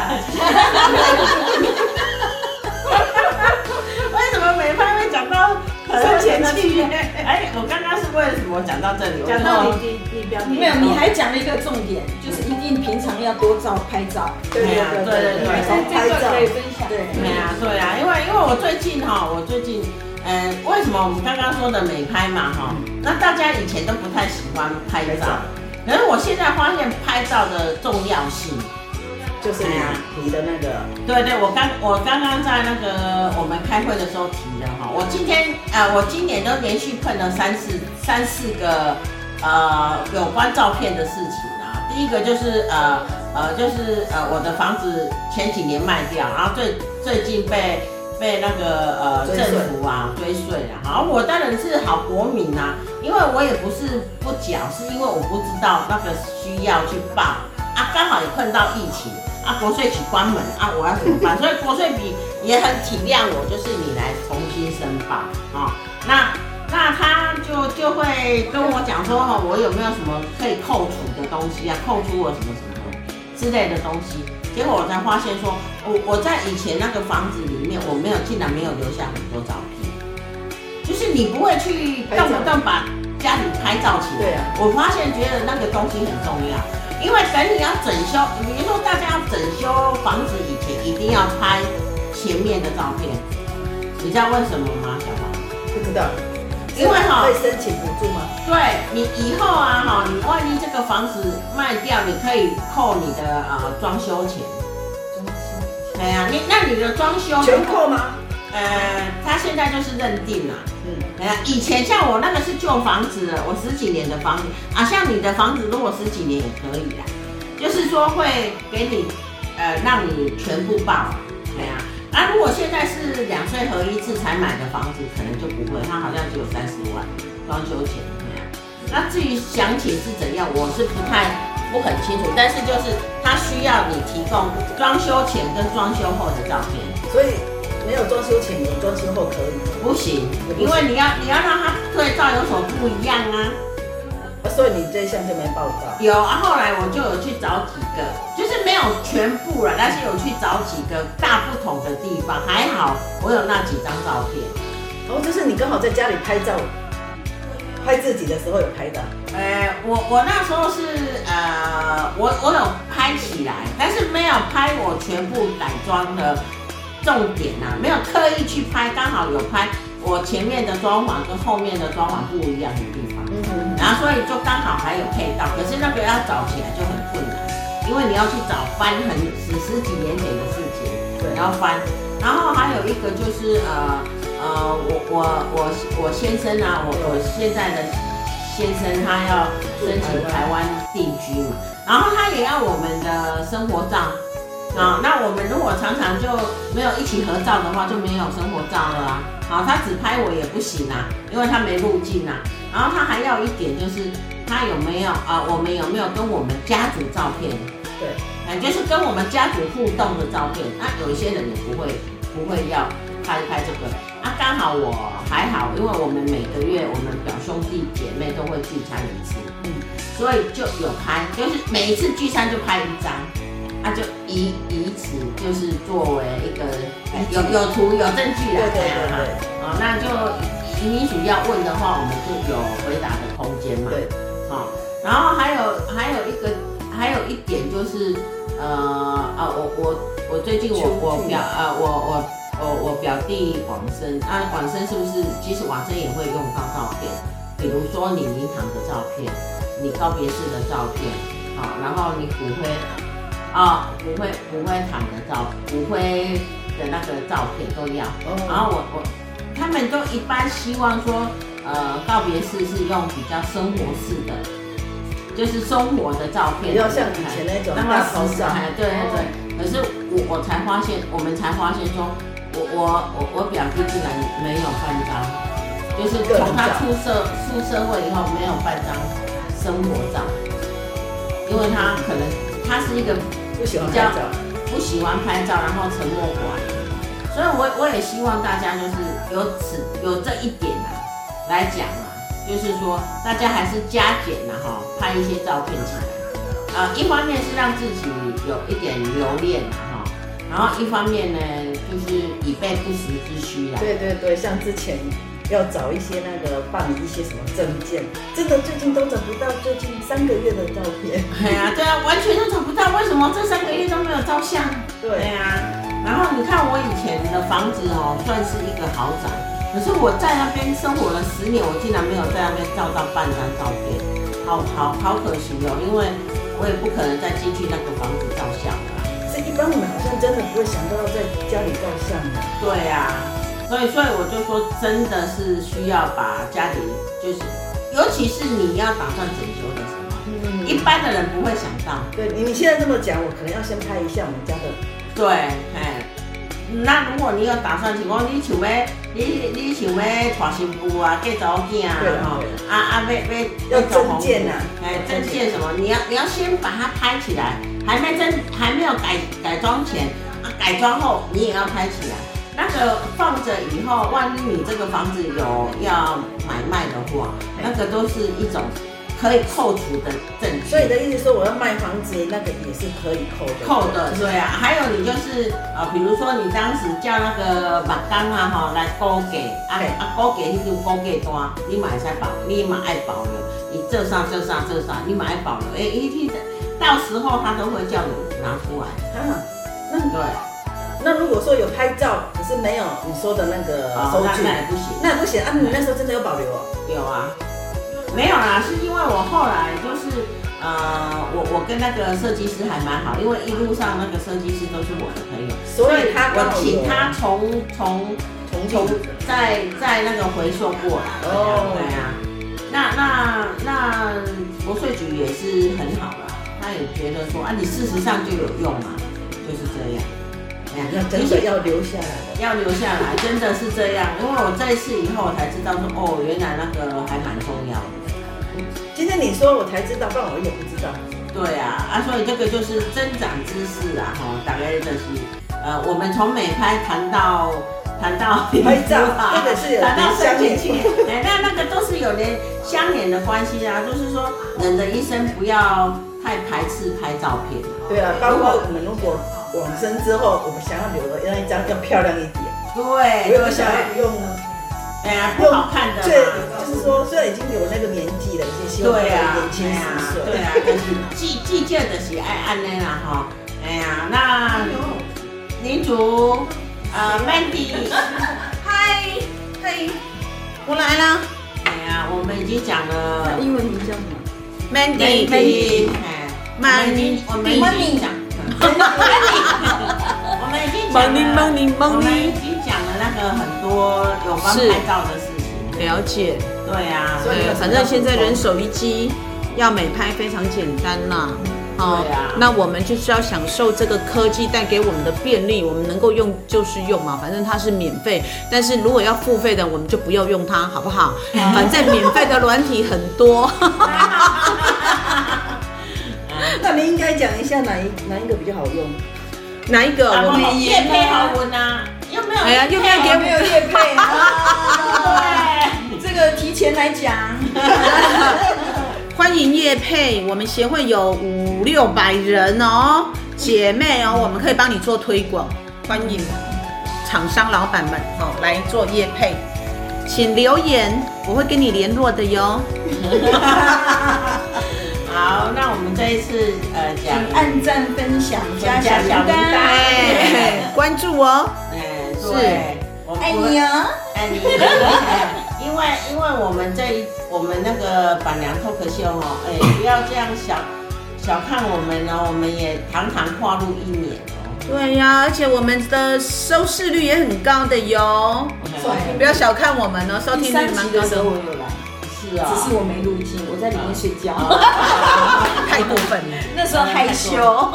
[SPEAKER 3] 为什么美拍会讲到生前契约？哎，我刚刚是为了什么讲到这里？
[SPEAKER 7] 讲到你你你表弟，
[SPEAKER 4] 没有，你还讲了一个重点，就是一定平常要多照拍照。
[SPEAKER 3] 对呀、对对对。
[SPEAKER 7] 这这个可以分享。
[SPEAKER 4] 对，
[SPEAKER 3] 对啊，对啊，因为因为我最近哈、我最近，嗯、为什么我们刚刚说的美拍嘛哈、那大家以前都不太喜欢拍照，可是我现在发现拍照的重要性。
[SPEAKER 9] 就是你你的那个，
[SPEAKER 3] 啊对对，我刚我刚刚在那个我们开会的时候提了哈，我今天呃，我今年都连续碰了三四三四个呃有关照片的事情啊。第一个就是呃呃就是呃我的房子前几年卖掉，然后最最近被被那个呃
[SPEAKER 9] 追
[SPEAKER 3] 政
[SPEAKER 9] 税
[SPEAKER 3] 府啊追税了，好，我当然是好国民啊，因为我也不是不缴，是因为我不知道那个需要去报。啊，刚好也碰到疫情啊，国税局关门啊，我要怎么办？所以国税局也很体谅我，就是你来重新申报啊、哦那那他就就会跟我讲说，哦，我有没有什么可以扣除的东西啊，扣除我什么什么之类的东西。结果我才发现说，我我在以前那个房子里面，我没有竟然没有留下很多照片，就是你不会去动不动把家里拍照起来。
[SPEAKER 9] 对啊
[SPEAKER 3] 我发现觉得那个东西很重要，因为等你要整修，比如说大家要整修房子以前，一定要拍前面的照片。你知道为什么吗，小王？
[SPEAKER 9] 不知道，
[SPEAKER 3] 因为哈
[SPEAKER 9] 会申请补助吗？
[SPEAKER 3] 对你以后啊，哈，你万一这个房子卖掉，你可以扣你的呃装修钱。哎呀、你那你的装修
[SPEAKER 9] 全扣吗？
[SPEAKER 3] 呃，他现在就是认定了。
[SPEAKER 9] 嗯，
[SPEAKER 3] 哎呀，以前像我那个是旧房子了，我十几年的房子啊，像你的房子，如果十几年也可以啦，就是说会给你，呃，让你全部报，对呀、啊。啊，如果现在是两税合一制才买的房子，可能就不会，它好像只有三十万装修钱，对呀、那至于详情是怎样，我是不太不很清楚，但是就是它需要你提供装修前跟装修后的照片。
[SPEAKER 9] 所以没有装修前，有装修后可以，
[SPEAKER 3] 不行，因为你要你要让他对照有所不一样啊。
[SPEAKER 9] 啊所以你这一项就没报到。
[SPEAKER 3] 有啊，后来我就有去找几个，就是没有全部了，但是有去找几个大不同的地方，还好我有那几张照片。
[SPEAKER 9] 哦，就是你刚好在家里拍照，拍自己的时候有拍到，
[SPEAKER 3] 呃，我我那时候是呃，我我有拍起来，但是没有拍我全部改装的重点啊，没有刻意去拍，刚好有拍我前面的装潢跟后面的装潢不一样的地方，然后所以就刚好还有配到，可是那个要找起来就很困难，因为你要去找翻很十十几年前的事情，
[SPEAKER 9] 对
[SPEAKER 3] 然后翻，然后还有一个就是呃呃，我我我我先生啊，我我现在的先生他要申请台湾定居嘛，然后他也要我们的生活照啊。那我们如果常常就没有一起合照的话，就没有生活照了啊。好，他只拍我也不行啊，因为他没路径啊。然后他还要一点就是他有没有啊、我们有没有跟我们家族照片？
[SPEAKER 9] 对，
[SPEAKER 3] 哎，就是跟我们家族互动的照片。那有一些人也不会不会要拍拍这个。啊，刚好我还好，因为我们每个月我们表兄弟姐妹都会聚餐一次，嗯，所以就有拍，就是每一次聚餐就拍一张，啊，就以以此就是作为一个有有图有证据
[SPEAKER 9] 对
[SPEAKER 3] 来
[SPEAKER 9] 对
[SPEAKER 3] 这样
[SPEAKER 9] 对
[SPEAKER 3] 嘛
[SPEAKER 9] 对。
[SPEAKER 3] 哦，那就移民署要问的话，我们就有回答的空间嘛。
[SPEAKER 9] 对，
[SPEAKER 3] 好、然后还有还有一个还有一点就是，呃啊，我我我最近我我表呃我我我我表弟往生啊，往生是不是？其实往生也会用到照片，比如说你灵堂的照片，你告别式的照片，好、然后你骨灰啊、骨灰骨灰堂的照骨灰的那个照片都要。
[SPEAKER 9] 哦嗯
[SPEAKER 3] 然后我我他们都一般希望说，呃，告别式是用比较生活式的，就是生活的照片，
[SPEAKER 9] 不要像以前那种
[SPEAKER 3] 那么
[SPEAKER 9] 大头照哦
[SPEAKER 3] 哎对对对。可是我我才发现，我们才发现说，我我我我表弟竟然没有半张，就是从他出社出社会以后没有半张生活照，因为他可能他是一个
[SPEAKER 9] 不喜欢拍照，
[SPEAKER 3] 不喜欢拍照，然后沉默寡言。所以我我也希望大家就是有此有这一点啊来讲啊，就是说大家还是加减啊哈，拍一些照片起来。啊、一方面是让自己有一点留恋啊哈，然后一方面呢就是以备不时之需啦。
[SPEAKER 9] 对对对，像之前要找一些那个办理一些什么证件，真的最近都找不到最近三个月的照 *laughs* 片，
[SPEAKER 3] 哎呀，对啊，完全都找不到，为什么这三个月都没有照相？对
[SPEAKER 9] 对，
[SPEAKER 3] 呀、然后你看我以前的房子哦，算是一个豪宅，可是我在那边生活了十年，我竟然没有在那边照到半张照片，好好好可惜哦，因为我也不可能再进去那个房子照相了啦。
[SPEAKER 9] 是一般我们好像真的不会想到要在家里照相的。
[SPEAKER 3] 对呀、所以所以我就说，真的是需要把家里，就是尤其是你要打算整修的时候，
[SPEAKER 9] 嗯
[SPEAKER 3] 一般的人不会想到。
[SPEAKER 9] 对你现在这么讲，我可能要先拍一下我们家的，
[SPEAKER 3] 对，哎，那如果你有打算，是讲你想要，你你想要娶新妇啊，嫁查某囝啊
[SPEAKER 9] 对啦，
[SPEAKER 3] 吼
[SPEAKER 9] 对啦，
[SPEAKER 3] 啊啊，要要
[SPEAKER 9] 要证件啊
[SPEAKER 3] 哎，证件什么？你要你要先把它拍起来，还没真还没有改改装前，啊，改装后你也要拍起来。那个放着以后，万一你这个房子有要买卖的话，那个都是一种可以扣除的证据。
[SPEAKER 9] 所以你的意思说我要卖房子，那个也是可以扣的，
[SPEAKER 3] 扣的，对啊，还有你就是呃，比如说你当时叫那个马钢啊吼来勾给，啊
[SPEAKER 9] 嘿
[SPEAKER 3] 啊勾给迄种勾给单，你嘛会使保，你嘛爱保留，你这上这上这上，你嘛爱保留，哎、一定的，到时候他都会叫你拿出来，
[SPEAKER 9] 啊。
[SPEAKER 3] 对，
[SPEAKER 9] 那如果说有拍照，可是没有你说的那个
[SPEAKER 3] 啊
[SPEAKER 9] 收
[SPEAKER 3] 那
[SPEAKER 9] 据，
[SPEAKER 3] 那也不行，
[SPEAKER 9] 那不行啊！
[SPEAKER 3] 嗯
[SPEAKER 9] 你那时候真的有保留哦，
[SPEAKER 3] 有啊，没有啦，是因为我后来就是呃，我我跟那个设计师还蛮好，因为一路上那个设计师都是我的朋友，
[SPEAKER 9] 所以他
[SPEAKER 3] 我
[SPEAKER 9] 刚好有
[SPEAKER 3] 请他从从。
[SPEAKER 9] 重
[SPEAKER 3] 从
[SPEAKER 9] 重
[SPEAKER 3] 再再那个回溯过来。
[SPEAKER 9] 哦
[SPEAKER 3] 对啊，那那那国税局也是很好啦，他也觉得说啊，你事实上就有用嘛，就是这样。哎呀
[SPEAKER 9] 那真的要留下来的。
[SPEAKER 3] 要留下来，真的是这样。因为我这一次以后我才知道说，哦，原来那个还蛮重要的。
[SPEAKER 9] 今天你说我才知道，不然我也不知道。
[SPEAKER 3] 对啊，啊，所以这个就是增长知识啊，哈，大概就是呃，我们从美拍谈到谈到
[SPEAKER 9] 拍照
[SPEAKER 3] 啊
[SPEAKER 9] 这个是有
[SPEAKER 3] 谈到
[SPEAKER 9] 相
[SPEAKER 3] 生
[SPEAKER 9] 连
[SPEAKER 3] 理期，哎， *laughs* 那那个都是有连相连的关系啊，就是说人的一生不要太排斥拍照片啊。
[SPEAKER 9] 对啊，包括我们如果往生之后，我们想要留的那一张要漂亮一点，
[SPEAKER 3] 哎对
[SPEAKER 9] 不用
[SPEAKER 3] 对
[SPEAKER 9] 想
[SPEAKER 3] 对
[SPEAKER 9] 要用
[SPEAKER 3] 哎呀，不好看的
[SPEAKER 9] 对
[SPEAKER 3] 嘛。，
[SPEAKER 9] 就是说虽然已经有那个年纪了，已经希望
[SPEAKER 3] 对啊，
[SPEAKER 9] 年轻十岁。
[SPEAKER 3] 对啊，但是计计较的是爱安尼啦吼。哎呀，那林竹，呃，Mandy，
[SPEAKER 10] 嗨嗨，我来啦
[SPEAKER 3] 哎呀，我们已经讲了
[SPEAKER 4] 英文名叫什么？
[SPEAKER 10] ，Mandy。
[SPEAKER 3] Mandy，哎，我们已经我们已经讲，Mandy，我们已经讲
[SPEAKER 2] Money
[SPEAKER 3] 了，
[SPEAKER 2] money
[SPEAKER 3] 我们已
[SPEAKER 2] money，
[SPEAKER 3] 经讲了那个很多有关
[SPEAKER 2] 是
[SPEAKER 3] 拍照的事情。
[SPEAKER 2] 了解。
[SPEAKER 3] 对啊，
[SPEAKER 11] 所以
[SPEAKER 2] 对，反正现在人手一机，要美拍非常简单啦。
[SPEAKER 3] 对啊
[SPEAKER 2] 那我们就是要享受这个科技带给我们的便利，我们能够用就是用嘛，反正它是免费。但是如果要付费的，我们就不要用它，好不好？
[SPEAKER 3] 啊
[SPEAKER 2] 反正免费的软体很多。 *laughs*
[SPEAKER 9] 那你应该讲一下哪一哪一个比较好用？
[SPEAKER 2] 哪一个？我
[SPEAKER 3] 我
[SPEAKER 2] 们
[SPEAKER 3] 们也配合文啊，又没有
[SPEAKER 2] 哎呀，又没有给
[SPEAKER 4] 没
[SPEAKER 2] 我
[SPEAKER 4] 有 *laughs* 业配啊，
[SPEAKER 3] 对。
[SPEAKER 4] 这个提前来讲。
[SPEAKER 2] *laughs* 欢迎叶配，我们协会有五六百人哦，姐妹哦，我们可以帮你做推广，欢迎厂商老板们哦来做叶配，请留言，我会跟你联络的哟。
[SPEAKER 3] *laughs* 好，那我们这一次呃讲，
[SPEAKER 4] 嗯按赞、分享、加小
[SPEAKER 3] 加小
[SPEAKER 4] 铃
[SPEAKER 3] 铃铛
[SPEAKER 4] 铛，
[SPEAKER 2] 哎，关注哦，
[SPEAKER 3] 嗯，
[SPEAKER 2] 是
[SPEAKER 3] 对，我
[SPEAKER 4] 爱你
[SPEAKER 3] 啊，
[SPEAKER 4] 哦。
[SPEAKER 3] 爱你，哎因为因为我们这一我们那个板娘脱口秀哦，哎，不要这样小小看我们哦，我们也堂堂跨入一年哦，
[SPEAKER 2] 对呀、而且我们的收视率也很高的哟，不要小看我们哦，收
[SPEAKER 4] 第
[SPEAKER 2] 听
[SPEAKER 4] 三
[SPEAKER 2] 率蛮
[SPEAKER 4] 集
[SPEAKER 2] 高
[SPEAKER 4] 的时
[SPEAKER 2] 的
[SPEAKER 4] 候，我有来，
[SPEAKER 3] 是
[SPEAKER 4] 只
[SPEAKER 3] 哦，
[SPEAKER 4] 是我没录进，我在里面睡觉，
[SPEAKER 3] *laughs*
[SPEAKER 2] 太过分了。
[SPEAKER 4] 那时候害羞。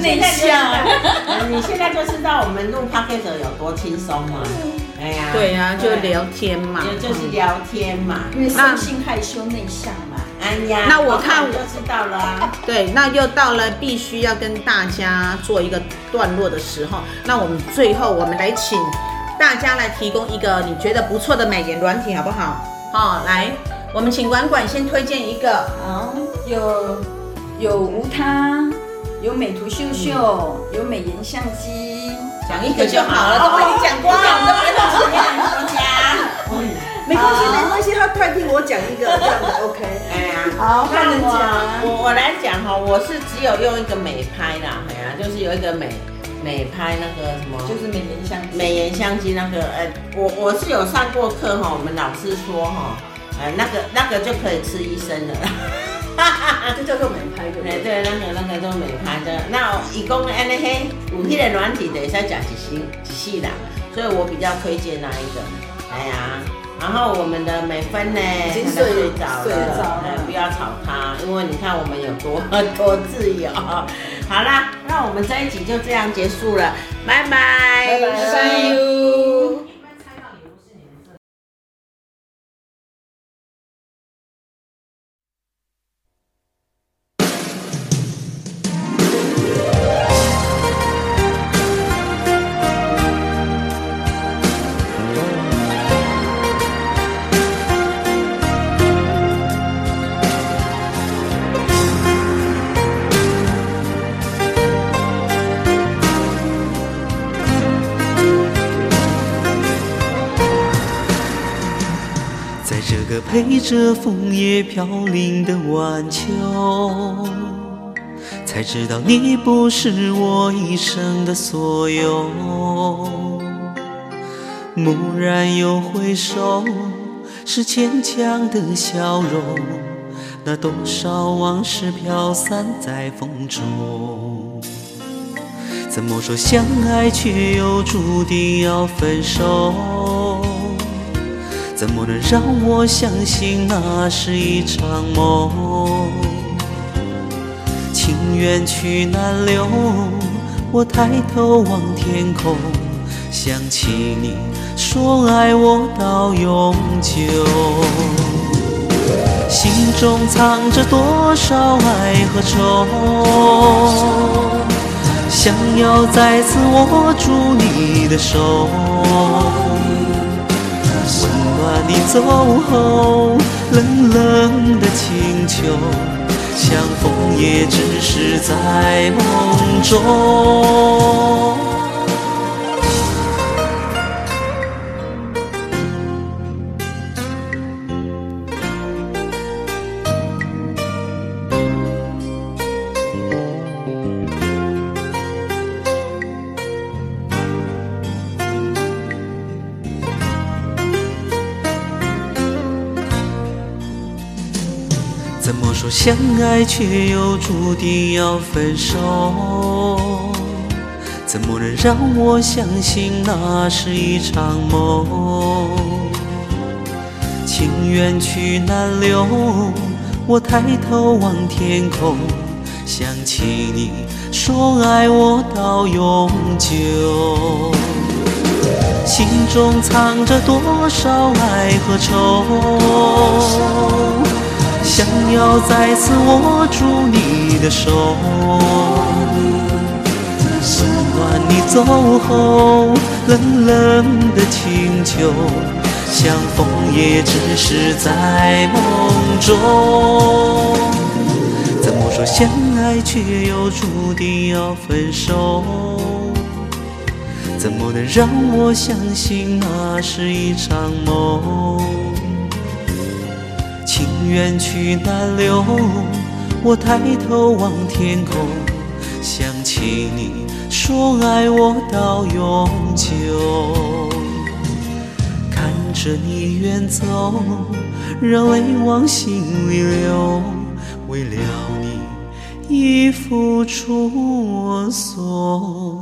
[SPEAKER 4] 内向
[SPEAKER 3] 向，哎你现在就知道我们录 p o d c a s 有多轻松嘛，
[SPEAKER 4] 嗯
[SPEAKER 3] 哎呀，
[SPEAKER 2] 对啊呀、就聊天嘛，
[SPEAKER 3] 也就是聊天嘛，
[SPEAKER 4] 因为生性害羞内向嘛，
[SPEAKER 3] 哎呀，
[SPEAKER 2] 那我看
[SPEAKER 3] 就知道了啊。
[SPEAKER 2] 对，那又到了必须要跟大家做一个段落的时候，那我们最后我们来请大家来提供一个你觉得不错的美颜软体，好不好？好、来，我们请管管先推荐一个，
[SPEAKER 4] 好，哦有有无他，有美图秀秀，有美颜相机，
[SPEAKER 3] 讲一
[SPEAKER 2] 一个就好
[SPEAKER 3] 哦
[SPEAKER 2] 了，都被你讲过了。
[SPEAKER 9] 没关系，没关系，他代替我讲一个，这样子 OK。
[SPEAKER 3] 哎呀，
[SPEAKER 4] 好，换
[SPEAKER 3] 那
[SPEAKER 4] 人
[SPEAKER 3] 我
[SPEAKER 4] 讲。
[SPEAKER 3] 我我来讲哈，我是只有用一个美拍啦，哎呀，就是有一个美美拍那个什么，
[SPEAKER 4] 就是美颜相机，
[SPEAKER 3] 美颜相机那个，呃，我我是有上过课哈，我们老师说哈，呃，那个那个就可以吃医生了。
[SPEAKER 9] 就叫做美拍，对不
[SPEAKER 3] 哎，
[SPEAKER 9] 对？
[SPEAKER 3] 对，那个那个都美拍的。那伊讲安尼嘿，有迄个软体的，使食一世一世人，所以我比较推荐那一个。哎呀，然后我们的美芬呢，
[SPEAKER 9] 已经
[SPEAKER 3] 她
[SPEAKER 9] 睡
[SPEAKER 3] 都睡着
[SPEAKER 9] 睡着
[SPEAKER 3] 了
[SPEAKER 9] 了，
[SPEAKER 3] 哎不要吵她，因为你看我们有多多自由。好啦，那我们这一集就这样结束了，拜拜，
[SPEAKER 9] 拜拜
[SPEAKER 3] See you。
[SPEAKER 1] 在这个陪着枫叶飘零的晚秋，才知道你不是我一生的所有。蓦然又回首，是坚强的笑容，那多少往事飘散在风中。怎么说相爱，却又注定要分手？怎么能让我相信那是一场梦？情缘去难留，我抬头望天空，想起你说爱我到永久。心中藏着多少爱和愁，想要再次握住你的手，温暖你走后冷冷的清秋，像枫叶只是在梦中。说相爱，却又注定要分手。怎么能让我相信那是一场梦？情缘去难留，我抬头望天空，想起你说爱我到永久。心中藏着多少爱和愁，想要再次握住你的手，不管你走后冷冷的清秋，相逢也只是在梦中。怎么说相爱，却又注定要分手？怎么能让我相信那是一场梦？情缘去难留，我抬头望天空，想起你说爱我到永久。看着你远走，让泪往心里流，为了你已付出我所